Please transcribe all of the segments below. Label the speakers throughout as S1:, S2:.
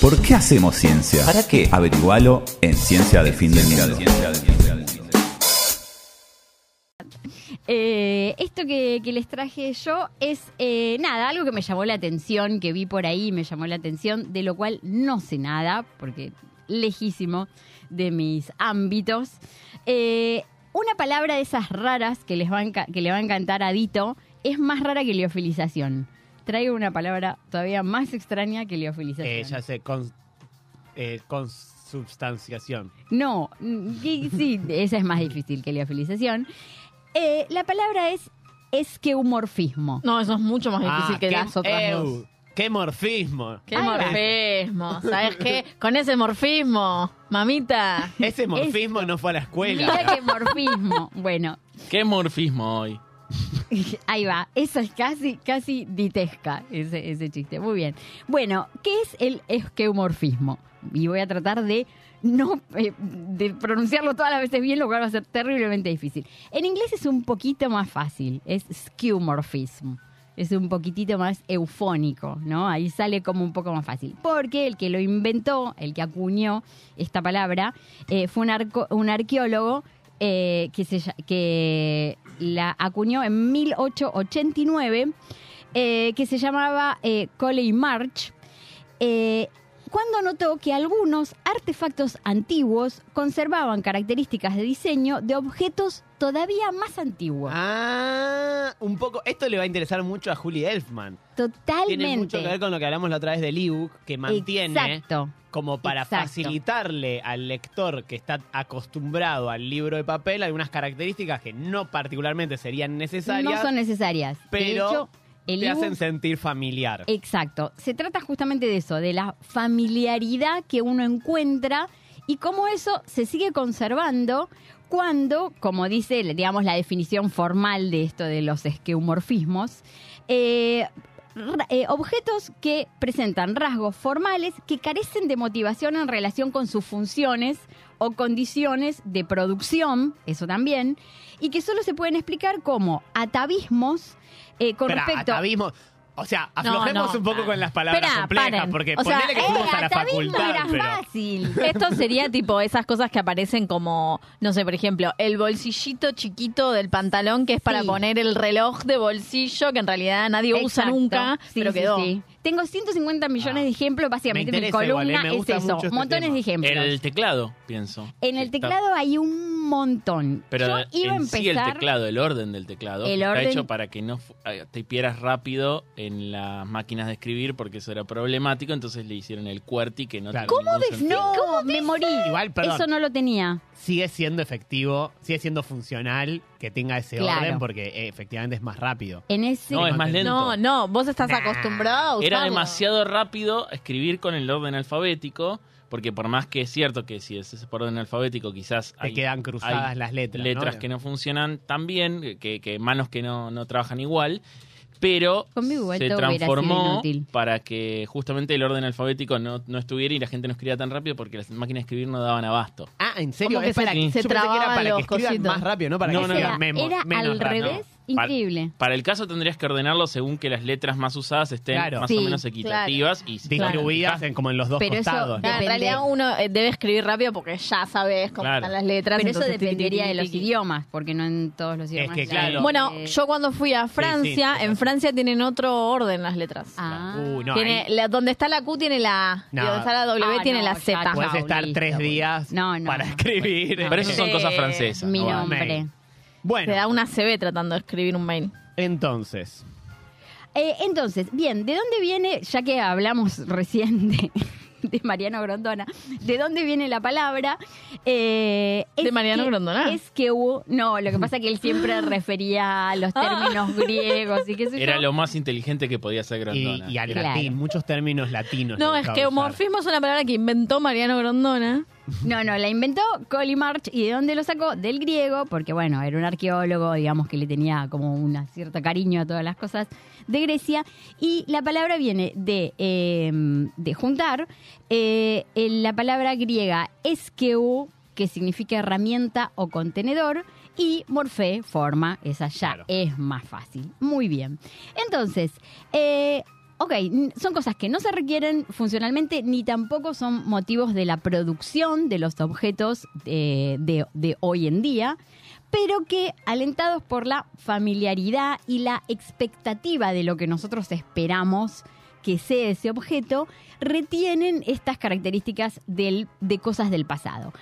S1: ¿Por qué hacemos ciencia? ¿Para qué? Averigualo en Ciencia del Fin del Mundo.
S2: Eh, esto que, que les traje yo es eh, nada, algo que me llamó la atención, que vi por ahí, me llamó la atención, de lo cual no sé nada, porque lejísimo de mis ámbitos. Eh, una palabra de esas raras que, les va a enca- que le va a encantar a Dito es más rara que liofilización. Traigo una palabra todavía más extraña que liofilización.
S3: Eh, ya sé, con, eh, consubstanciación.
S2: No, mm, y sí, esa es más difícil que liofilización. Eh, la palabra es esqueumorfismo.
S4: No, eso es mucho más difícil
S3: Ah,
S4: que
S3: qué-
S4: las otras dos.
S3: ¡Ew! ¡Qué morfismo!
S4: ¡Qué
S2: Ahí va.
S4: morfismo! ¿Sabes qué? Con ese morfismo, mamita.
S3: Ese morfismo no fue a la
S2: Mira
S3: escuela.
S2: qué morfismo. Bueno,
S5: ¿Qué morfismo hoy?
S2: ahí va. Eso es casi, casi ditesca, ese, ese chiste. Muy bien. Bueno, ¿qué es el esqueumorfismo? Y voy a tratar de no eh, de pronunciarlo todas las veces bien, lo cual va a ser terriblemente difícil. En inglés es un poquito más fácil, es skeuomorphism. Es un poquitito más eufónico, ¿no? Ahí sale como un poco más fácil. Porque el que lo inventó, el que acuñó esta palabra, eh, fue un, arco- un arqueólogo eh, que, se, lla- que la acuñó en 1889, eh, que se llamaba eh, Coley March, eh, cuando notó que algunos artefactos antiguos conservaban características de diseño de objetos todavía más antiguos.
S3: Ah, un poco. Esto le va a interesar mucho a Julie Elfman. Tiene mucho que ver
S2: Totalmente.
S3: con lo que hablamos la otra vez del ebook, que mantiene
S2: Exacto.
S3: como para
S2: Exacto.
S3: facilitarle al lector que está acostumbrado al libro de papel algunas características que no particularmente serían necesarias,
S2: No son necesarias. De
S3: pero
S2: hecho, el
S3: te
S2: ebook-
S3: hacen sentir familiar.
S2: Exacto. Se trata justamente de eso, de la familiaridad que uno encuentra y cómo eso se sigue conservando cuando, como dice, digamos, la definición formal de esto de los esqueumorfismos, eh, ra- eh, objetos que presentan rasgos formales que carecen de motivación en relación con sus funciones o condiciones de producción, eso también, y que solo se pueden explicar como atavismos eh, con
S3: Esperá,
S2: respecto
S3: atavismo. O sea,
S4: No,
S3: aflojemos
S4: no,
S3: un poco
S4: para.
S3: con las palabras
S2: Esperá,
S3: complejas,
S2: paren.
S3: porque
S4: O sea,
S3: ponele que
S4: eh,
S3: fuimos a la
S2: atavismo
S3: facultad,
S2: era
S3: pero
S2: fácil.
S4: Esto sería tipo esas cosas que aparecen como, no sé, por ejemplo, el bolsillito chiquito del pantalón que es para
S2: Sí.
S4: poner el reloj de bolsillo que en realidad nadie usa
S2: Exacto.
S4: nunca,
S2: Sí,
S4: pero
S2: sí,
S4: quedó.
S2: sí. Tengo 150 millones
S3: Ah.
S2: de ejemplos, básicamente
S3: Me
S2: mi
S3: interesa igual,
S2: columna
S3: eh, me
S2: es
S3: gusta
S2: eso,
S3: mucho este
S2: montones
S3: tema.
S2: de ejemplos.
S5: El teclado, pienso.
S2: en el
S5: Está-
S2: teclado hay un montón.
S5: Pero
S2: Yo iba a
S5: en sí el
S2: empezar
S5: teclado, el orden del teclado,
S2: El
S5: está
S2: orden-
S5: hecho para que no fu- eh, te pierdas rápido en las máquinas de escribir porque eso era problemático, entonces le hicieron el QWERTY que no
S3: Claro.
S5: tiene ningún sentido.
S2: No, me morí.
S3: Igual, perdón.
S2: Eso no lo tenía.
S3: sigue siendo efectivo, sigue siendo funcional que tenga ese
S2: Claro.
S3: orden porque eh, efectivamente es más rápido.
S2: En ese
S5: No, es más lento.
S4: No, no, vos estás acostumbrado a usarlo.
S5: Era demasiado rápido escribir con el orden alfabético, porque por más que es cierto que si es por orden alfabético quizás
S3: Te quedan cruzadas
S5: hay
S3: las letras.
S5: letras que no funcionan tan bien, que, que manos que no, no trabajan igual, pero
S2: Conmigo igual
S5: se
S2: todo hubiera sido
S5: transformó
S2: inútil.
S5: para que justamente el orden alfabético no, no estuviera y la gente no escribiera tan rápido porque las máquinas de escribir no daban abasto.
S3: Ah, ¿en serio?
S4: Como que
S3: Es para
S4: se-
S3: que,
S4: se
S3: yo pensé que era
S4: trababan
S3: para que
S4: los
S3: escriban
S4: cositos.
S3: más rápido, no para
S5: No,
S3: que
S5: no,
S3: escriban
S2: era,
S3: memo-
S2: era
S3: menos
S2: al
S3: rápido.
S2: revés.
S5: Pa-
S2: Increíble.
S5: Para el caso tendrías que ordenarlo según que las letras más usadas estén
S3: Claro.
S5: más
S2: Sí,
S5: o menos equitativas y si-
S3: Distribuidas en- como en los dos
S2: Pero eso-
S3: costados. ¿no?
S4: Claro, en
S2: Depende.
S4: realidad uno eh, debe escribir rápido porque ya sabes cómo
S5: Claro.
S4: están las letras.
S2: Pero eso
S4: entonces, tiqui,
S2: dependería
S4: tiqui,
S2: de los
S4: tiqui.
S2: idiomas, porque no en todos los idiomas.
S3: que,
S2: la-
S3: claro.
S4: Bueno,
S2: eh,
S4: yo cuando fui a Francia,
S3: sí,
S4: en Francia tienen otro orden las letras.
S2: Ah.
S3: Uh, no,
S4: tiene,
S3: ahí
S4: la- donde está la Q tiene la A,
S3: No.
S4: y donde está la W
S2: Ah,
S4: tiene
S2: no,
S4: la
S2: ya,
S4: Z.
S2: ya.
S3: puedes estar
S2: listo,
S3: tres
S2: boludo.
S3: días
S2: No, no,
S3: para
S2: no.
S3: escribir.
S5: Pero eso son
S4: Sí.
S5: cosas francesas.
S2: mi
S5: ¿no?
S3: no,
S2: nombre.
S3: mail. Bueno,
S4: Se da una CB tratando de escribir un mail.
S3: entonces,
S2: Eh, entonces, bien, ¿de dónde viene, ya que hablamos recién de, de Mariano Grondona, ¿de dónde viene la palabra? Eh,
S4: ¿De
S2: es
S4: Mariano
S2: que-
S4: Grondona?
S2: Es que hubo, no, lo que pasa es que él siempre refería a los términos
S4: Ah.
S2: griegos y qué sé
S5: Era
S2: yo.
S5: lo más inteligente que podía ser
S3: y,
S5: Grandona.
S3: y al
S2: Claro.
S3: latín, muchos términos latinos.
S4: No,
S3: le
S4: es
S3: gustaba
S4: que
S3: usar.
S4: morfismo es una palabra que inventó Mariano Grondona.
S2: No, no, la inventó Colly March. ¿Y de dónde lo sacó? Del griego, porque bueno, era un arqueólogo, digamos que le tenía como un cierto cariño a todas las cosas de Grecia. Y la palabra viene de, eh, de juntar eh, en la palabra griega eskeu, que significa herramienta o contenedor, y morfé, forma, esa ya
S3: Claro.
S2: es más fácil. Muy bien. Entonces, eh, ok, n- son cosas que no se requieren funcionalmente ni tampoco son motivos de la producción de los objetos eh, de, de hoy en día, pero que alentados por la familiaridad y la expectativa de lo que nosotros esperamos que sea ese objeto, retienen estas características del- de cosas del pasado.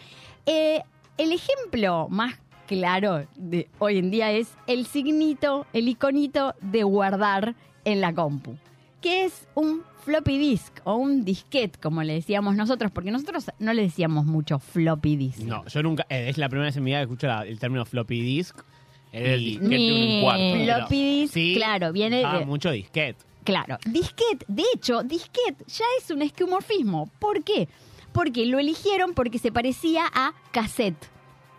S2: Eh, el ejemplo más claro de hoy en día es el signito, el iconito de guardar en la compu, que es un floppy disk o un disquete, como le decíamos nosotros, porque nosotros no le decíamos mucho floppy disk.
S3: No, yo nunca. eh, es la primera vez en mi vida que escucho la- el término floppy disk.
S5: Era el
S3: Y-
S5: disquete de un
S4: Ni-
S5: cuarto.
S2: Floppy disk,
S3: Sí,
S2: claro, viene
S3: Ah,
S2: de-
S3: mucho disquete.
S2: Claro, disquete, de hecho, disquete ya es un esquemorfismo. ¿Por qué? Porque lo eligieron porque se parecía a cassette.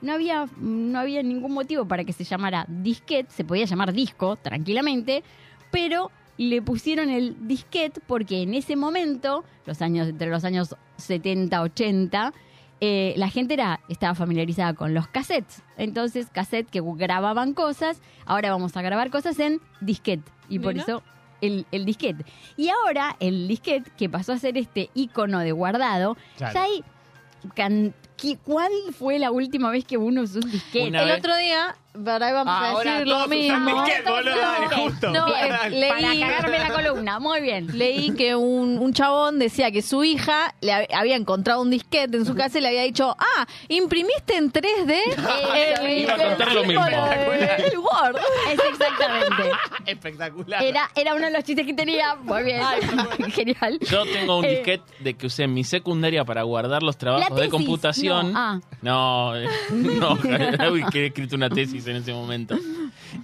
S2: No había, no había ningún motivo para que se llamara disquete, se podía llamar disco tranquilamente, pero le pusieron el disquete porque en ese momento, los años, entre los años 70, 80, eh, la gente era, estaba familiarizada con los cassettes. Entonces, cassette que grababan cosas, ahora vamos a grabar cosas en disquete. Y por
S4: Mira.
S2: eso el, el disquete. Y ahora el disquete, que pasó a ser este icono de guardado,
S3: Claro.
S2: ya hay can- qui- ¿Cuál fue la última vez que uno usó un disquete?
S5: Una
S4: el
S5: vez.
S4: otro día, para ahí vamos
S5: Ahora
S4: a decir lo
S5: todos
S2: Ah,
S5: usan
S4: mismo.
S5: disquete, boludo, dale, justo.
S4: No,
S2: Bien,
S4: eh,
S2: Para
S4: leí,
S2: cagarme la columna, muy bien.
S4: leí que un, un chabón decía que su hija le hab- había encontrado un disquete en su casa y le había dicho, ah, imprimiste en 3D el,
S2: Iba a
S4: el
S5: contar lo mismo.
S4: símbolo de- el Word.
S2: Es exactamente.
S3: Ah, Espectacular.
S2: Era, era uno de los chistes que tenía. Muy bien. Genial.
S5: Yo tengo un
S2: Eh,
S5: disquete de que usé en mi secundaria para guardar los trabajos
S2: La
S5: de
S2: tesis,
S5: computación.
S2: no, ah.
S5: No, eh, no, uy, que he escrito una tesis en ese momento.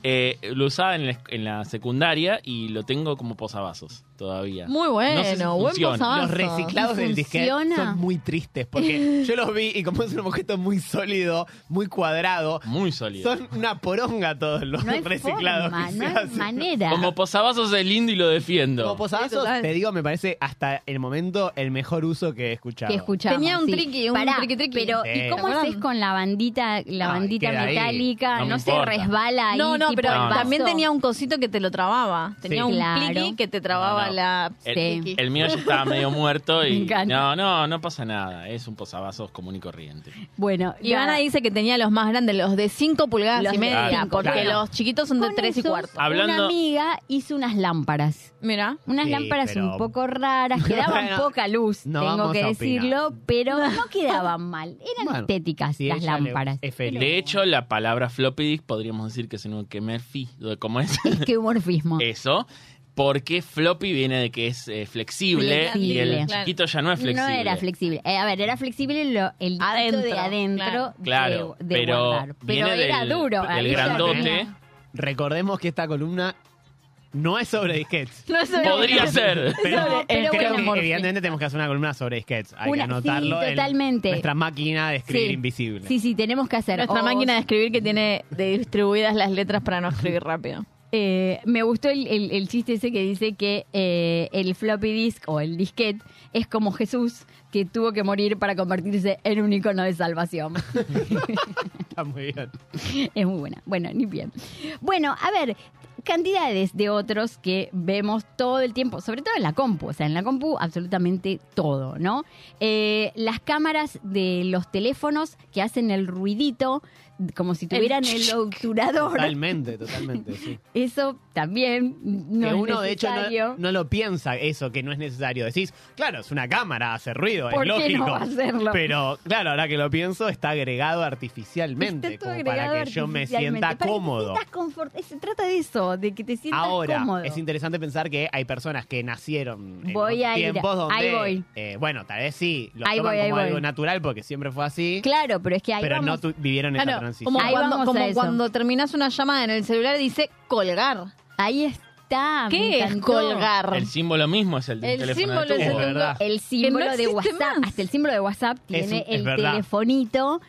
S5: Eh, lo usaba en la, esc- en la secundaria y lo tengo como posavasos todavía.
S4: Muy bueno,
S5: No sé si
S4: buen
S5: funciona.
S4: posavasos.
S3: Los reciclados del disquete
S2: ¿Funciona?
S3: son muy tristes porque yo los vi y como es un objeto muy sólido, muy cuadrado,
S5: Muy sólido.
S3: son una poronga todos los
S2: No hay
S3: reciclados.
S2: forma,
S3: que
S2: no
S3: se
S2: hay
S3: hacen.
S2: manera.
S5: Como posavasos del lindo y lo
S3: Como
S5: defiendo.
S4: Sí,
S3: posavasos,
S4: total.
S3: te digo, me parece hasta el momento el mejor uso que he escuchado.
S2: que escuchamos.
S4: Tenía un
S2: sí.
S4: triqui, un
S2: Pará,
S4: triqui, triqui.
S2: Pero,
S3: Sí.
S2: ¿y cómo
S4: ¿Se
S2: haces
S4: acuerdan?
S2: con la bandita, la
S3: Ay,
S2: bandita
S3: queda ahí.
S2: metálica?
S5: No me
S2: No, se
S5: importa.
S2: resbala ahí.
S4: No, no,
S2: tipo
S4: pero
S2: el
S5: No, no.
S2: vaso?
S4: también tenía un cosito que te lo trababa. Tenía
S3: Sí.
S4: un
S2: Claro.
S4: pliqui que te trababa
S5: No, no.
S4: la...
S5: El,
S2: Sí.
S5: el mío ya estaba medio muerto
S2: Me
S5: y
S2: encanta.
S5: no, no, no pasa nada. Es un posavasos común y corriente.
S2: Bueno,
S4: Ivana
S2: nada.
S4: dice que tenía los más grandes, los de 5 pulgadas
S2: Los
S4: y
S2: de
S4: media,
S5: cinco,
S4: porque
S3: claro.
S4: los chiquitos son de
S2: Con
S4: 3 y
S2: esos,
S4: cuarto.
S5: Hablando-
S2: Una amiga hizo unas lámparas.
S4: Mira.
S2: Unas
S3: Sí,
S2: lámparas
S3: pero-
S2: un poco raras, que daban
S3: Bueno,
S2: poca luz,
S3: no
S2: tengo
S3: vamos
S2: que
S3: a
S2: decirlo, pero no quedaban mal. Eran
S3: Bueno,
S2: estéticas
S3: Si
S2: las
S3: ella le- E,
S2: lámparas.
S3: es feliz.
S5: De hecho, la palabra floppy disk podríamos decir que es un quemerfi, ¿cómo es?
S2: Es que morfismo.
S5: Eso, porque floppy viene de que es eh, flexible, y el
S2: Flexible.
S5: chiquito ya no es flexible.
S2: No era flexible. Eh, a ver, era flexible lo- el disco
S4: Adentro,
S2: de adentro
S5: Claro,
S2: de, de
S5: pero
S2: guardar. Pero
S5: viene
S2: era
S5: del-
S2: duro.
S5: del
S2: ahí ya
S5: grandote.
S2: tenía-
S3: Recordemos que esta columna no es sobre disquetes.
S4: No sé.
S5: Podría ser.
S3: Pero,
S2: sobre-
S3: creo
S2: pero bueno,
S3: que
S2: Morphy.
S3: evidentemente tenemos que hacer una columna sobre disquetes. Hay
S2: Una-
S3: que anotarlo.
S2: sí,
S3: en
S2: totalmente.
S3: nuestra máquina de escribir
S2: Sí.
S3: invisible.
S2: Sí, sí, tenemos que hacer.
S4: Nuestra
S2: O-
S4: máquina de escribir que tiene de distribuidas las letras para no escribir rápido.
S2: Eh, me gustó el, el- el chiste ese que dice que eh, el floppy disk o el disquete es como Jesús que tuvo que morir para convertirse en un icono de salvación.
S3: Está muy bien.
S2: es muy buena. Bueno, ni bien. Bueno, a ver, cantidades de otros que vemos todo el tiempo, sobre todo en la compu, o sea, en la compu absolutamente todo, ¿no? Eh, las cámaras de los teléfonos que hacen el ruidito, como si tuvieran el, obturador.
S3: Totalmente, totalmente. Sí.
S2: Eso también no
S3: que
S2: es
S3: uno, de hecho,
S2: necesario.
S3: no, no lo piensa eso, que no es necesario. Decís, claro, es una cámara, hace ruido,
S2: ¿Por
S3: es
S2: qué no
S3: lógico.
S2: va a hacerlo?
S3: Pero, claro, ahora que lo pienso, está agregado artificialmente,
S2: Está todo
S3: como para
S2: agregado
S3: que yo me
S2: artificialmente,
S3: sienta
S2: para que te
S3: cómodo.
S2: sientas confort- eh, Se trata de eso, de que te sientas
S3: Ahora,
S2: cómodo.
S3: es interesante pensar que hay personas que nacieron en
S2: Voy
S3: otros
S2: a ir-
S3: tiempos donde,
S2: ahí voy.
S3: eh, bueno, tal vez sí, lo
S2: Ahí
S3: toman
S2: voy, ahí
S3: como algo
S2: voy.
S3: natural porque siempre fue así,
S2: Claro, pero es que ahí
S3: pero
S2: vamos.
S3: no tu- vivieron esa
S4: Claro,
S3: transición.
S4: como
S2: Ahí
S4: cuando,
S2: vamos a
S4: como
S2: eso.
S4: cuando terminas una llamada en el celular dice colgar.
S2: Ahí está. me
S4: ¿Qué es
S2: encantó.
S4: colgar?
S5: El símbolo mismo es el del
S4: El
S5: teléfono
S4: símbolo
S5: de
S4: es
S5: tubo.
S4: el
S3: Es verdad.
S2: El símbolo
S4: Que no
S2: de
S4: existe
S2: WhatsApp,
S4: más.
S2: hasta el símbolo de WhatsApp tiene
S3: un- es
S2: el
S3: verdad.
S2: telefonito.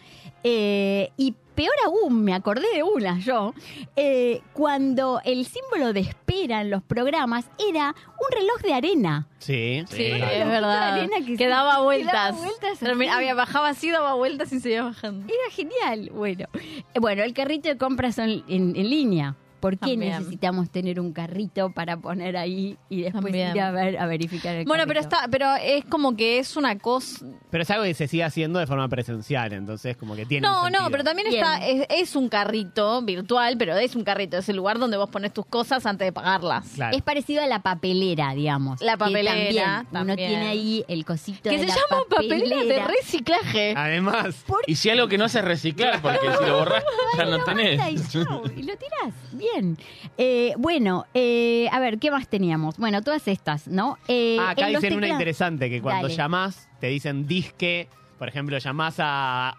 S2: Eh, y peor aún, me acordé de una yo, eh, cuando el símbolo de espera en los programas era un reloj de arena.
S3: Sí,
S5: Sí.
S3: sí.
S4: Es
S2: Claro.
S4: verdad.
S2: Arena que
S4: que,
S2: sí,
S4: daba
S2: que
S4: vueltas.
S2: daba vueltas
S4: Termi-
S2: así.
S4: había, bajaba así, daba vueltas y seguía bajando.
S2: Era genial. Bueno, Eh, bueno el carrito de compras on- en, en línea. ¿Por qué
S4: También.
S2: necesitamos tener un carrito para poner ahí y después
S4: También.
S2: ir a ver a verificar el
S4: Bueno, pero
S2: carrito?
S4: está, pero es como que es una cosa.
S3: Pero es algo que se sigue haciendo de forma presencial, entonces como que tiene.
S4: No,
S3: un
S4: no,
S3: sentido.
S4: pero también
S2: Bien.
S4: está, es, es un carrito virtual, pero es un carrito, es el lugar donde vos pones tus cosas antes de pagarlas.
S3: Claro.
S2: Es parecido a la papelera, digamos.
S4: La
S2: que
S4: papelera,
S2: Uno
S4: también.
S2: tiene ahí el cosito
S4: Que
S2: de
S4: se
S2: la
S4: llama papelera de
S2: papelera. Ah.
S4: reciclaje.
S3: Además,
S5: Y si algo que no hace reciclar, porque si lo borras ya no
S2: Basta y
S5: tenés.
S2: chau, y lo tirás. Bien. Eh, bueno, eh, a ver, ¿qué más teníamos? Bueno, todas estas, ¿no? Eh,
S3: ah, acá
S2: en los
S3: dicen una
S2: teclados-
S3: interesante, que cuando
S2: Dale.
S3: llamás te dicen disque, por ejemplo, llamás a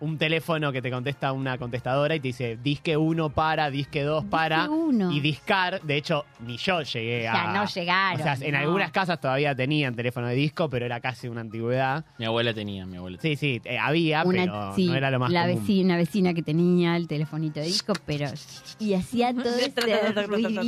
S3: un teléfono que te contesta una contestadora y te dice disque 1 para, disque 2
S2: Disque
S3: para
S2: uno.
S3: y discar, de hecho, ni yo llegué
S2: Ya
S3: a...
S2: no llegaron.
S3: Ah, O sea, en
S2: no.
S3: algunas casas todavía tenían teléfono de disco, pero era casi una antigüedad.
S5: Mi abuela tenía, mi abuela tenía.
S3: Sí, sí, eh, había,
S2: Una-
S3: pero
S2: sí,
S3: no era lo más
S2: la
S3: común.
S2: vecina, vecina que tenía el telefonito de disco, pero y hacía todo ese ruidito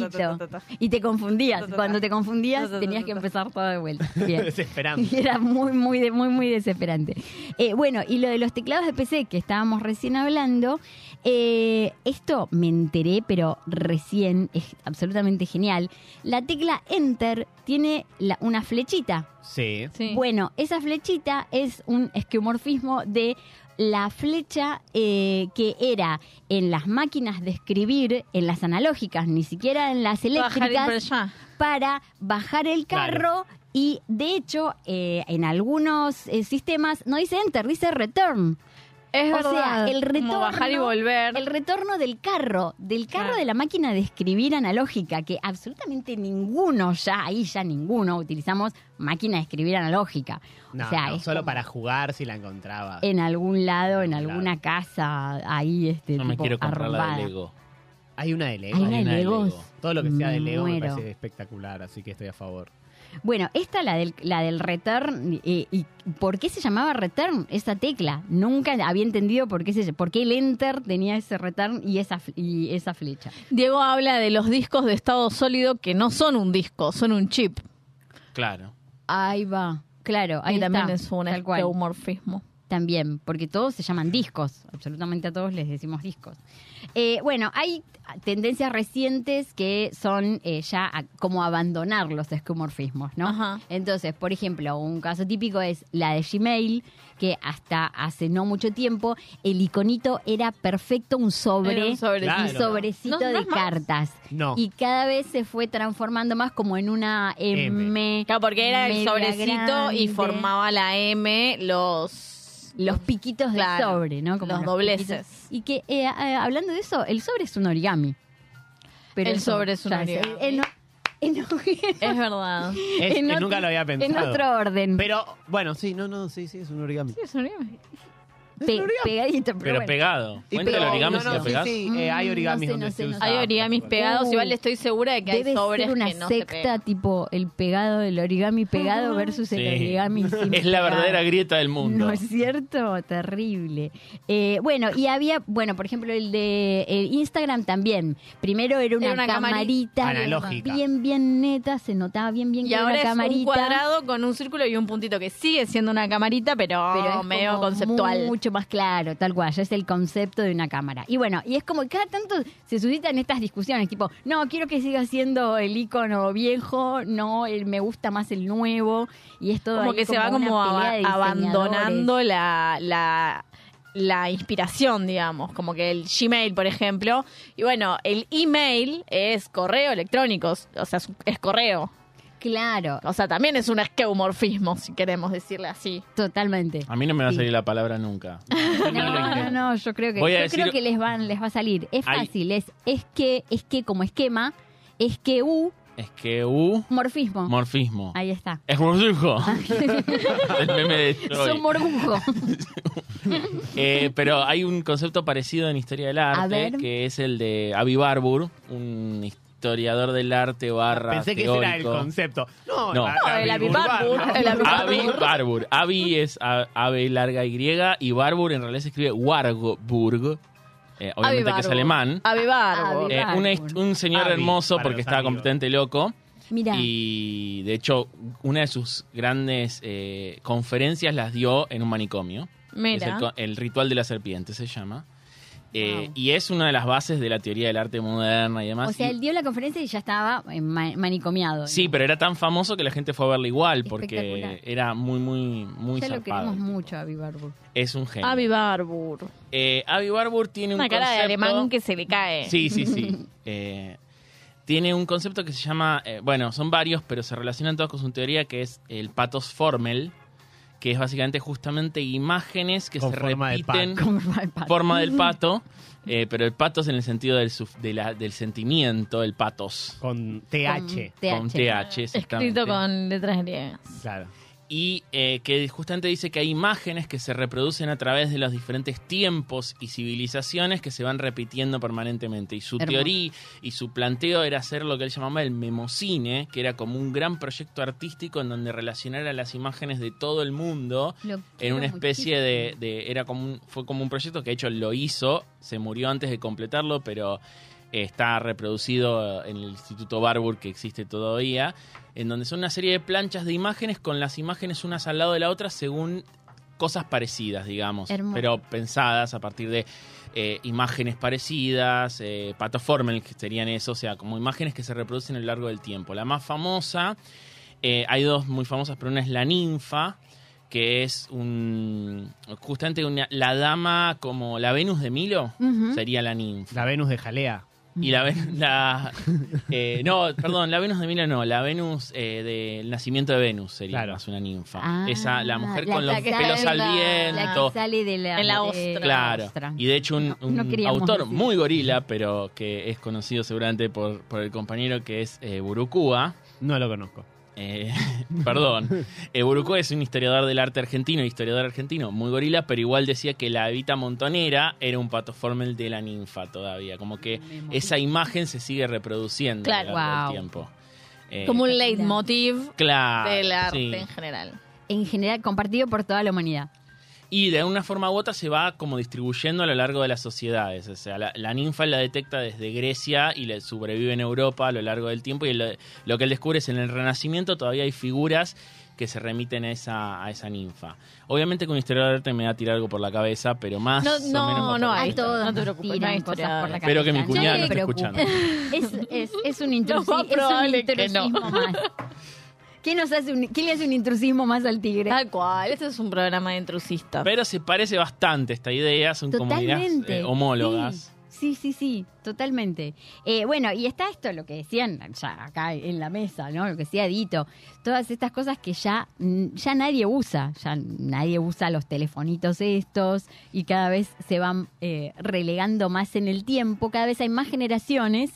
S2: y te confundías. Cuando te confundías tenías que empezar todo de vuelta. Bien.
S3: Desesperando.
S2: Y era muy, muy, de- muy, muy desesperante. Eh, bueno, y lo de los teclados de PC que estábamos recién hablando, eh, esto me enteré, pero recién es absolutamente genial. La tecla Enter tiene la- una flechita.
S3: Sí.
S2: Bueno, esa flechita es un esquemorfismo de la flecha eh, que era en las máquinas de escribir, en las analógicas, ni siquiera en las
S4: Bajar y por
S2: eléctricas
S4: allá.
S2: para bajar el carro. Y de hecho, eh, en algunos eh, sistemas no dice enter, dice return.
S4: Es
S2: o sea,
S4: verdad.
S2: el retorno.
S4: Como bajar y volver.
S2: El retorno del carro, del carro
S4: Claro.
S2: de la máquina de escribir analógica, que absolutamente ninguno ya, ahí ya ninguno, utilizamos máquina de escribir analógica.
S3: No,
S2: o sea,
S3: no,
S2: es
S3: solo
S2: como
S3: para jugar si la encontraba.
S2: En algún lado, en
S3: En algún
S2: alguna
S3: lado.
S2: casa, ahí este
S5: No me
S2: tipo,
S5: quiero comprar la de
S2: arrumbada.
S5: Lego.
S3: Hay una de Lego.
S2: Hay una
S5: Hay
S2: de
S5: una de
S2: Legos.
S5: Lego.
S3: Todo lo que sea de
S2: Me
S3: Leo me
S2: muero.
S3: parece espectacular, así que estoy a favor.
S2: Bueno, esta, la del, la del return, eh, y ¿por qué se llamaba return esa tecla? Nunca había entendido por qué, se, por qué el enter tenía ese return y esa, fl- y esa flecha.
S4: Diego habla de los discos de estado sólido que no son un disco, son un chip.
S5: Claro.
S2: Ahí va. Claro, ahí
S4: Ahí también
S2: está,
S4: es un
S2: tal cual.
S4: esqueumorfismo.
S2: También, porque todos se llaman discos, absolutamente a todos les decimos discos. Eh, bueno, hay tendencias recientes que son eh, ya a- como abandonar los escomorfismos, ¿no?
S4: Ajá.
S2: Entonces, por ejemplo, un caso típico es la de Gmail, que hasta hace no mucho tiempo el iconito era perfecto un
S4: Era
S2: sobre,
S4: un sobre.
S3: Claro.
S2: un sobrecito
S4: No, no
S2: de
S4: es más.
S2: cartas.
S3: No.
S2: Y cada vez se fue transformando más como en una M.
S4: Claro, porque era el
S2: media
S4: sobrecito
S2: grande.
S4: y formaba la M, los...
S2: los piquitos de
S4: Claro,
S2: sobre, ¿no?
S4: los
S2: piquitos.
S4: dobleces.
S2: Y que, eh, eh, hablando de eso, el sobre es un origami.
S4: El
S2: eso
S4: sobre es un
S2: ya sé,
S4: origami.
S2: En, en- en-
S4: Es verdad.
S3: Es-
S2: en
S3: eh,
S2: otro-
S3: nunca lo había pensado.
S2: en otro orden.
S3: Pero bueno, sí, no, no, sí, sí, es un origami.
S2: Pe- pegadito, pero,
S5: Pero
S2: bueno.
S5: pegado. Cuenta el
S3: Pero-
S5: origami
S3: no,
S5: si
S3: no,
S5: lo
S3: sí,
S5: pegás.
S3: sí, eh, hay
S2: Mm,
S3: origamis
S2: no sé,
S3: donde
S2: no
S3: se
S2: sé, no
S3: usa
S2: sé.
S4: Hay origamis
S3: particular.
S4: pegados,
S2: Uh.
S4: igual estoy segura de que
S2: Debe
S4: hay sobres
S2: ser una
S4: que no se
S2: secta
S4: pegan.
S2: tipo el pegado del origami pegado versus el
S5: Sí.
S2: origami sin
S5: Es la
S2: pegar.
S5: verdadera grieta del mundo.
S2: No es cierto, terrible. Eh, bueno, y había, bueno, por ejemplo, el de el Instagram también. Primero era una,
S4: Era una
S2: camarita,
S3: camarita. Analógica.
S2: bien, bien neta, se notaba bien, bien
S4: Y
S2: que era
S4: ahora
S2: una
S4: es
S2: camarita.
S4: un cuadrado con un círculo y un puntito que sigue siendo una camarita, pero,
S2: pero es
S4: medio
S2: como
S4: conceptual.
S2: Mucho más claro, tal cual, ya es el concepto de una cámara. Y bueno, y es como que cada tanto se suscitan estas discusiones, tipo, no, quiero que siga siendo el icono viejo, no, el- me gusta más el nuevo, y es todo
S4: como
S2: ahí
S4: que se va
S2: una
S4: como
S2: pelea de diseñadores.
S4: aba- abandonando la, la, la inspiración, digamos, como que el Gmail, por ejemplo. Y bueno, el email es correo electrónico, o sea, es, es correo.
S2: Claro,
S4: O sea, también es un esqueumorfismo, si queremos decirle así.
S2: totalmente.
S5: A mí no me va a
S2: Sí.
S5: salir la palabra nunca.
S2: No, no, no, yo creo que,
S5: Voy a
S2: yo
S5: decir-
S2: creo que les, van, les va a salir. Es
S5: Hay-
S2: fácil, es, es que, es que como esquema, es que U,
S5: Es que u
S2: morfismo.
S5: morfismo.
S2: Ahí está.
S5: Es morfijo. el meme de Troy.
S2: Son morgujo.
S5: Eh, pero hay un concepto parecido en historia del arte,
S2: ver.
S5: que es el de Avi Barbour, un historiador del arte barra
S3: Pensé que
S5: teórico.
S3: ese era el concepto. No,
S5: No. Ah,
S3: a-
S5: No,
S3: a-
S4: Ah, el
S3: a-
S4: Avibarbur,
S3: ¿no? Ah,
S4: el Avibarbur.
S5: Avi Barbour. Avi es a- ave larga y griega y Barbour en realidad se escribe Warburg. eh, obviamente que es
S4: Avivarbo.
S5: alemán.
S4: Avivarbo.
S5: Eh, un, est- un señor
S3: Avi,
S5: hermoso
S3: para
S5: porque
S3: los
S5: estaba
S3: amigos.
S5: completamente loco.
S2: Mira,
S5: Y de hecho, una de sus grandes eh,
S4: Ah,
S5: conferencias las dio en un manicomio. Es el
S4: Mira.
S5: co- el, ritual de la serpiente se llama. Eh,
S2: Wow.
S5: Y es una de las bases de la teoría del arte moderna y demás.
S2: O sea,
S5: Y-
S2: él dio la conferencia y ya estaba eh, ma- manicomiado.
S5: Sí, pero era tan famoso que la gente fue a verlo igual porque
S2: Espectacular.
S5: era muy, muy, muy
S2: Ya lo
S5: zarpado.
S2: queremos mucho a Vivarbo.
S5: Es un genio.
S4: Avi Barbour.
S5: Eh, Avi Barbour tiene un
S4: Una cara de
S5: concepto-
S4: alemán que se le cae.
S5: Sí, sí, sí. Eh, tiene un concepto que se llama, eh, bueno, son varios, pero se relacionan todos con su teoría, que es el patos formel, que es básicamente justamente imágenes que
S3: Con
S5: se
S3: forma de
S5: repiten
S2: Con forma de pato.
S5: forma del pato, eh, pero el pato es en el sentido del, suf- de la- del sentimiento, el patos.
S2: Con
S3: Con TH.
S5: Con TH, exactamente.
S4: Escrito con letras griegas.
S3: Claro.
S5: Y eh, que justamente dice que hay imágenes que se reproducen a través de los diferentes tiempos y civilizaciones que se van repitiendo permanentemente. Y su
S2: Hermoso.
S5: teoría y su planteo era hacer lo que él llamaba el memocine, que era como un gran proyecto artístico en donde relacionara las imágenes de todo el mundo
S2: Lo
S5: en
S2: quiero
S5: una especie de,
S2: muchísimo.
S5: de- era como un- fue como un proyecto que de hecho lo hizo se murió antes de completarlo pero eh, está reproducido en el Instituto Barbour que existe todavía en donde son una serie de planchas de imágenes con las imágenes unas al lado de la otra según cosas parecidas digamos
S2: Hermoso.
S5: pero pensadas a partir de eh, imágenes parecidas, eh, patoformel que serían eso, o sea, como imágenes que se reproducen a lo largo del tiempo. La más famosa, eh, hay dos muy famosas, pero una es la ninfa, que es un justamente una- la dama como la Venus de Milo,
S2: Ujú.
S5: sería la ninfa.
S3: La Venus de Jalea.
S5: Y la Venus, la, eh, no, perdón, la Venus de Milo no, la Venus eh, del nacimiento de Venus sería
S3: Claro.
S5: más una ninfa.
S2: Ah,
S5: Esa, la mujer con los
S2: que
S5: pelos
S2: sale-
S5: al
S2: La
S5: viento,
S2: que sale de la,
S4: En la
S2: de
S4: ostra.
S5: Claro.
S2: ostra.
S5: Y de hecho, un,
S2: No,
S5: un
S2: no queríamos
S5: autor
S2: decir.
S5: muy gorila, pero que es conocido seguramente por, por el compañero que es eh, Burucúa.
S3: No lo conozco.
S5: eh, perdón. Eh, Burucúa es un historiador del arte argentino, historiador argentino, muy gorila, pero igual decía que la habita montonera era un pato formel de la ninfa todavía. Como que
S2: Me morí.
S5: esa imagen se sigue reproduciendo
S4: Claro.
S5: a lo largo del
S2: Wow.
S5: tiempo. Eh,
S4: Como un leitmotiv
S5: claro,
S4: del arte
S5: sí.
S4: en general.
S2: En general, compartido por toda la humanidad.
S5: Y de una forma u otra se va como distribuyendo a lo largo de las sociedades. O sea, la, la ninfa la detecta desde Grecia y le sobrevive en Europa a lo largo del tiempo. Y lo, lo que él descubre es en el Renacimiento todavía hay figuras que se remiten a esa, a esa ninfa. Obviamente que un historiador de arte me va a tirar algo por la cabeza, pero más
S4: No,
S5: o menos
S4: no,
S5: va por
S4: no
S5: ahí.
S4: hay.
S2: a todos
S4: no te
S2: nos
S4: preocupes,
S2: tiran
S4: no hay
S2: cosas
S4: historiador.
S2: por la
S5: Espero que mi
S2: cabeza.
S5: cuñada
S2: Sí,
S5: no esté
S2: pero
S5: escuchando.
S2: Es, es, es un
S4: Lo más
S2: intrusismo, es un
S4: probable que no.
S2: intrusismo más. ¿Quién, nos hace un- quién le hace un intrusismo más al tigre?
S4: Tal cual, este es un programa de intrusistas.
S5: Pero se parece bastante esta idea, son comunidades
S2: Totalmente.
S5: eh, homólogas.
S2: Sí, sí, sí, sí, totalmente. Eh, bueno, y está esto, lo que decían ya acá en la mesa, ¿no? Lo que decía Dito. Todas estas cosas que ya, mm, ya nadie usa. Ya nadie usa los telefonitos estos y cada vez se van eh, relegando más en el tiempo. Cada vez hay más generaciones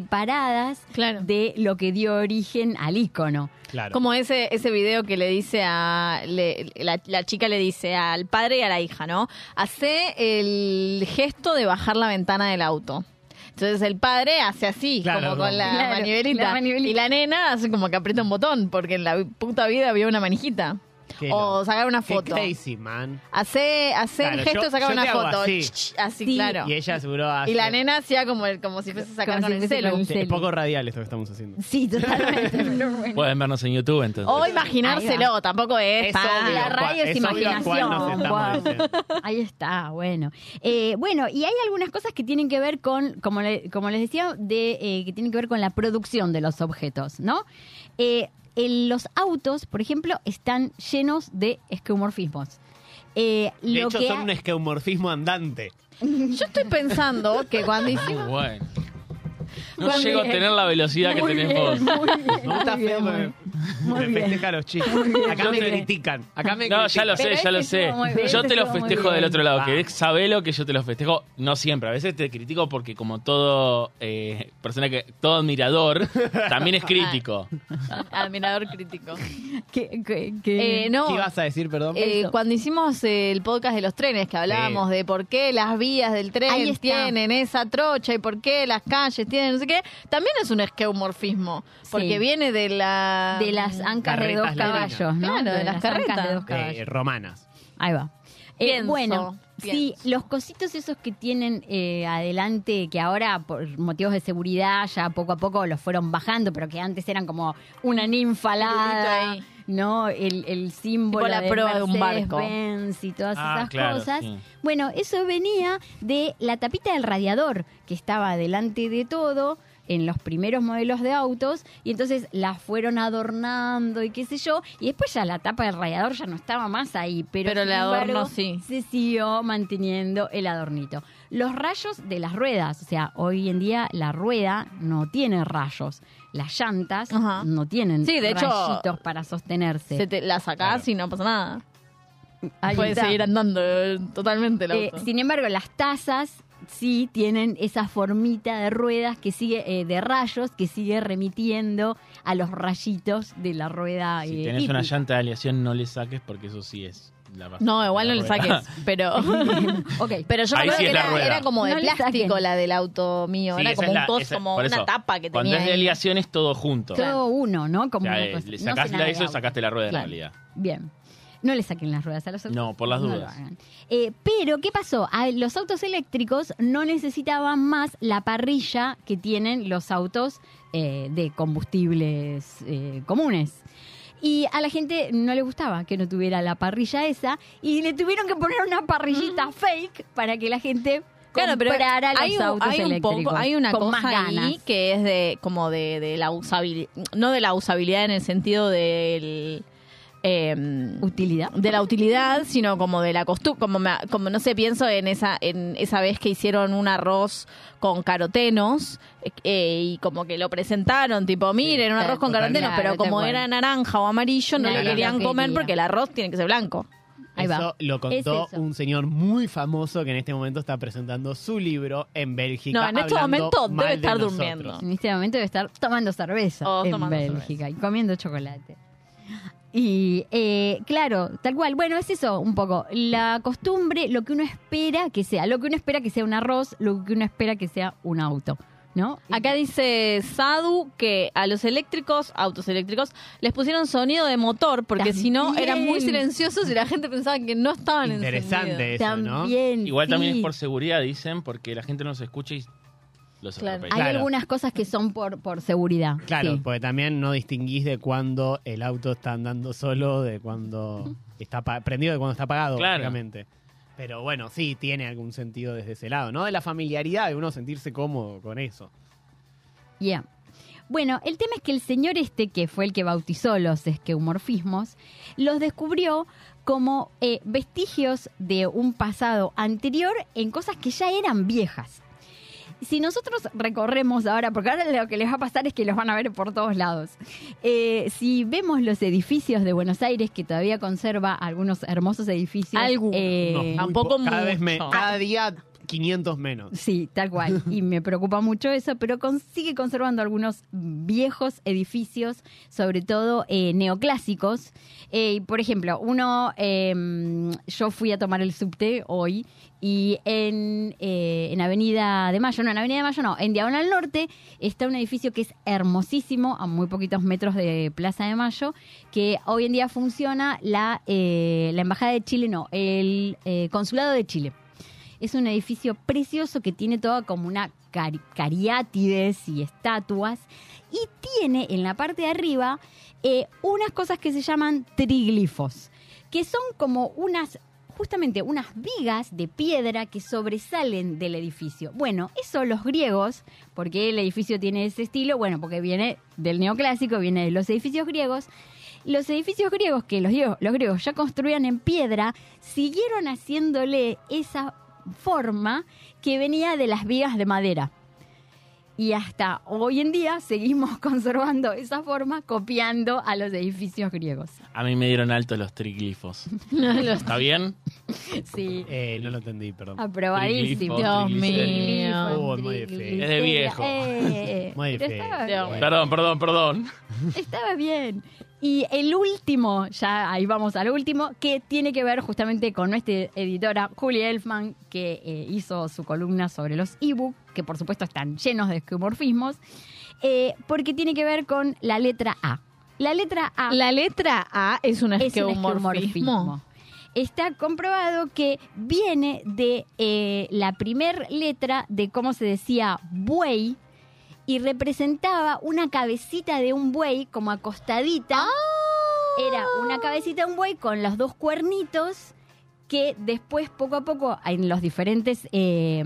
S2: separadas
S4: Claro.
S2: de lo que dio origen al icono.
S3: Claro.
S4: Como ese, ese video que le dice a. le- la, la chica le dice al padre y a la hija, ¿no? Hace el gesto de bajar la ventana del auto. Entonces el padre hace así,
S3: Claro,
S4: como
S3: como-
S4: con la,
S2: Claro,
S4: manivelita.
S2: la manivelita.
S4: Y la nena hace como que aprieta un botón, porque en la vi- puta vida vio una manijita.
S3: Qué
S4: O
S3: loco.
S4: sacar una
S3: Qué
S4: foto.
S3: crazy, man.
S4: Hace, hace
S3: Claro,
S4: el gesto
S3: yo-
S4: de sacar
S3: yo
S4: una
S3: te hago
S4: foto.
S3: así.
S4: Ch, ch, Así,
S2: Sí.
S4: claro.
S3: Y ella seguro hace...
S4: Y la nena hacía como, el- como si fuese a sacar
S2: Como
S4: con
S2: si
S4: el
S2: fuese con
S4: celu.
S2: el
S3: Sí, Es poco radial esto que estamos haciendo.
S2: Sí, totalmente. pero bueno.
S5: Pueden vernos en YouTube entonces.
S4: O imaginárselo, tampoco es.
S3: Es
S4: tan-
S3: obvio
S2: la
S3: cuál-
S2: radio es
S3: es obvio cuál nos
S2: imaginación.
S3: estamos
S2: Wow.
S3: diciendo.
S2: Ahí está, bueno. Eh, bueno, y hay algunas cosas que tienen que ver con, como, le- como les decía, de, eh, que tienen que ver con la producción de los objetos, ¿no? Eh, el- los autos, por ejemplo, están llenos de esqueumorfismos. Eh,
S3: De
S2: lo
S3: hecho,
S2: que
S3: son
S2: ha-
S3: un esqueumorfismo andante.
S4: Yo estoy pensando que cuando
S5: Muy
S4: hicimos.
S5: bueno. No
S2: Muy
S5: llego a
S2: bien.
S5: tener la velocidad que
S2: Muy
S5: tenés
S2: bien,
S5: vos.
S2: muy bien,
S3: Me gusta
S2: muy bien,
S3: feo
S2: muy
S3: porque
S2: muy
S3: me
S2: bien.
S3: festeja los chicos. Acá
S5: Yo
S3: me
S5: te-
S3: critican. Acá me
S5: No, ya lo sé,
S2: Pero
S5: ya lo
S2: este
S5: sé.
S2: estuvo muy bien,
S5: Yo
S2: este
S5: te lo
S2: estuvo muy
S5: festejo del
S2: bien.
S5: otro lado.
S3: Vamos.
S5: Que sabelo que yo te lo festejo, no siempre. A veces te critico porque como todo eh, persona que todo admirador también es crítico.
S4: Admirador crítico.
S2: Que- que- que-
S4: Eh, no.
S3: ¿Qué ibas a decir, perdón?
S4: eh,
S2: Eso.
S4: cuando hicimos el podcast de los trenes, que hablábamos de por qué las vías del
S2: Ahí
S4: tren
S2: está.
S4: tienen esa trocha y por qué las calles tienen no sé qué, también es un esqueumorfismo. Porque
S2: Sí.
S4: viene de la.
S2: de las ancas de
S3: Carretas
S2: dos
S3: latinas.
S2: caballos, ¿no?
S4: Claro, de las
S2: ancas
S4: carretas.
S2: de dos caballos.
S3: Eh, romanas.
S2: Ahí va. Eh,
S4: Pienso,
S2: bueno, sí,
S4: pienso.
S2: los cositos esos que tienen eh, adelante, que ahora por motivos de seguridad ya poco a poco los fueron bajando, pero que antes eran como una ninfalada,
S4: Pirulito ahí.
S2: ¿no? El, el símbolo
S4: Tipo la
S2: de
S4: proa de un barco.
S2: Mercedes-Benz y todas
S5: Ah,
S2: esas
S5: claro,
S2: cosas.
S5: sí.
S2: Bueno, eso venía de la tapita del radiador que estaba delante de todo en los primeros modelos de autos y entonces la fueron adornando y qué sé yo y después ya la tapa del radiador ya no estaba más ahí pero,
S4: Pero el
S2: sin
S4: adorno
S2: embargo,
S4: sí.
S2: se siguió manteniendo el adornito los rayos de las ruedas o sea hoy en día la rueda no tiene rayos las llantas
S4: Ajá.
S2: no tienen
S4: Sí, de hecho,
S2: rayitos para sostenerse
S4: Se te- la sacás y no pasa nada.
S2: Ahí
S4: Puedes
S2: está.
S4: seguir andando eh, totalmente el
S2: Eh,
S4: auto.
S2: sin embargo, las tazas sí tienen esa formita de ruedas que sigue eh, de rayos que sigue remitiendo a los rayitos de la rueda.
S5: Si
S2: eh,
S5: tenés una
S2: típica.
S5: llanta de aleación, no le saques porque eso sí es la base.
S4: No, igual no le
S5: La rueda.
S4: saques. Pero,
S2: Ok.
S4: pero yo
S5: Ahí
S4: creo
S5: sí
S4: que
S5: es la
S4: era,
S5: rueda.
S4: era como de
S2: No le
S4: plástico
S2: saquen.
S4: la del auto mío.
S5: Sí,
S4: era
S5: esa
S4: como
S5: es
S4: un
S5: la-
S4: coso,
S5: esa-
S4: como
S5: por
S4: una
S5: eso,
S4: tapa que
S5: Cuando
S4: tenía.
S5: es de
S4: ahí.
S5: aleación es todo junto.
S2: todo uno, ¿no?
S5: O
S2: Como
S5: sea,
S2: una
S5: eh,
S2: cosa-
S5: le
S2: no
S5: sacás
S2: se
S5: la
S2: nada
S5: eso y
S2: de
S5: sacaste la rueda en
S2: Claro.
S5: realidad.
S2: Bien. No le saquen las ruedas a los autos.
S5: No, por las
S2: lo
S5: dudas.
S2: hagan. Eh, pero, ¿qué pasó? A los autos eléctricos no necesitaban más la parrilla que tienen los autos eh, de combustibles eh, comunes. Y a la gente no le gustaba que no tuviera la parrilla esa y le tuvieron que poner una parrillita fake para que la gente
S4: Mm. Claro, pero
S2: comprara los
S4: hay, un-
S2: autos
S4: hay un
S2: eléctricos.
S4: poco, hay una
S2: con
S4: cosa
S2: más ganas.
S4: ahí que es de como de, de la usabilidad, no de la usabilidad en el sentido del em,
S2: utilidad.
S4: de la utilidad, sino como de la costumbre, como, me- como no sé, pienso en esa, en esa vez que hicieron un arroz con carotenos eh, eh, y como que lo presentaron, tipo, miren, un
S2: tal
S4: arroz con
S5: cual.
S4: carotenos,
S2: Claro,
S4: pero como
S2: tal cual.
S4: era naranja o amarillo, no
S2: Nadie
S4: lo
S2: lo
S4: querían comer
S2: quería.
S4: porque el arroz tiene que ser blanco.
S2: Ahí va.
S3: Eso lo contó
S2: Es eso.
S3: un señor muy famoso que en este momento está presentando su libro en Bélgica.
S4: No, en este
S3: hablando
S4: momento debe
S3: mal de
S4: estar
S3: nosotros.
S4: durmiendo.
S2: En este momento debe estar tomando cerveza
S4: O
S2: en
S4: tomando
S2: Bélgica y comiendo chocolate. Y eh, claro, tal cual. Bueno, es eso un poco. La costumbre, lo que uno espera que sea. Lo que uno espera que sea un arroz, lo que uno espera que sea un auto. ¿No?
S4: Acá dice Sadu que a los eléctricos, autos eléctricos, les pusieron sonido de motor porque si no
S2: También.
S4: eran muy silenciosos y la gente pensaba que no estaban encendidos.
S3: Interesante eso, ¿no?
S2: también.
S5: Igual también
S2: sí.
S5: es por seguridad, dicen, porque la gente no se escucha y los
S4: Claro.
S5: atropella.
S2: Hay
S3: Claro.
S2: algunas cosas que son por, por seguridad.
S3: Claro,
S2: sí.
S3: porque también no distinguís de cuando el auto está andando solo, de cuando está apa- prendido, de cuando está apagado,
S5: Claro.
S3: básicamente. Pero bueno, sí, tiene algún sentido desde ese lado, ¿no? De la familiaridad, de uno sentirse cómodo con eso.
S2: Yeah. Bueno, el tema es que el señor este, que fue el que bautizó los esqueumorfismos, los descubrió como eh, vestigios de un pasado anterior en cosas que ya eran viejas. Si nosotros recorremos ahora, porque ahora lo que les va a pasar es que los van a ver por todos lados, Eh, si vemos los edificios de Buenos Aires, que todavía conserva algunos hermosos edificios,
S4: Algunos.
S3: No,
S2: eh,
S3: muy
S4: tampoco
S3: po- cada, vez me-
S4: mucho.
S3: cada día 500 menos.
S2: Sí, tal cual. Y me preocupa mucho eso, pero con- sigue conservando algunos viejos edificios, sobre todo eh, neoclásicos. Eh, y, por ejemplo, uno, eh, yo fui a tomar el subte hoy y en, eh, en Avenida de Mayo, no, en Avenida de Mayo no, en Diagonal Norte está un edificio que es hermosísimo, a muy poquitos metros de Plaza de Mayo, que hoy en día funciona la, eh, la Embajada de Chile, no, el eh, Consulado de Chile. Es un edificio precioso que tiene toda como una cari- cariátides y estatuas. Y tiene en la parte de arriba eh, unas cosas que se llaman triglifos, que son como unas justamente unas vigas de piedra que sobresalen del edificio. Bueno, eso los griegos, porque el edificio tiene ese estilo, bueno, porque viene del neoclásico, viene de los edificios griegos, los edificios griegos que los, griegos- los griegos ya construían en piedra, siguieron haciéndole esa forma que venía de las vigas de madera. Y hasta hoy en día seguimos conservando esa forma copiando a los edificios griegos.
S5: A mí me dieron altos los triglifos.
S4: Los-
S5: ¿Está bien?
S2: Sí,
S3: Eh, no lo entendí, perdón.
S2: Ah, aprobadísimo.
S5: Triglifos,
S4: Dios mío.
S3: Oh, es muy de fe.
S5: Es de viejo.
S2: Eh,
S3: Muy de
S2: pero
S3: fe.
S2: estaba
S4: Dios
S2: bien.
S5: Perdón, perdón, perdón.
S2: Estaba bien. Y el último, ya ahí vamos al último, que tiene que ver justamente con nuestra editora Julie Elfman, que eh, hizo su columna sobre los e-books, que por supuesto están llenos de esquemorfismos, eh, porque tiene que ver con la letra A. La letra A
S4: Ah. La letra A es un
S2: es un
S4: esqueumorfismo.
S2: esquemorfismo. está comprobado que viene de eh, la primer letra de cómo se decía buey y representaba una cabecita de un buey como acostadita.
S4: ¡Ah!
S2: Era una cabecita de un buey con los dos cuernitos que después poco a poco en los diferentes eh,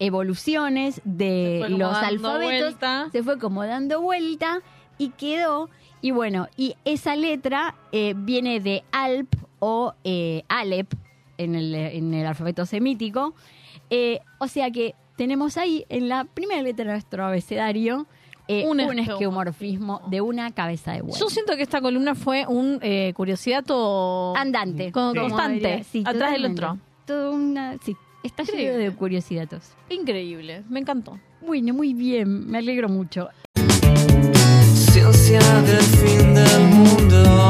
S2: evoluciones de
S4: Se fue como
S2: los
S4: dando
S2: alfabetos
S4: vuelta.
S2: se fue como dando vuelta y quedó y bueno y esa letra eh, viene de alp o eh, alep en el, en el alfabeto semítico Eh, o sea que tenemos ahí en la primera letra de nuestro abecedario eh,
S4: Un
S2: un,
S4: esqueumorfismo.
S2: esqueumorfismo de una cabeza de huevo
S4: Yo siento que esta columna fue un eh, curiosidadato
S2: andante
S4: con-
S3: Sí.
S4: constante,
S2: diría. Sí,
S4: atrás del
S2: totalmente.
S4: otro.
S2: Todo una, sí, está lleno
S4: Increíble.
S2: de curiosidades.
S4: Increíble, me encantó.
S2: Bueno, muy bien, me alegro mucho.
S6: Ciencia del fin del mundo.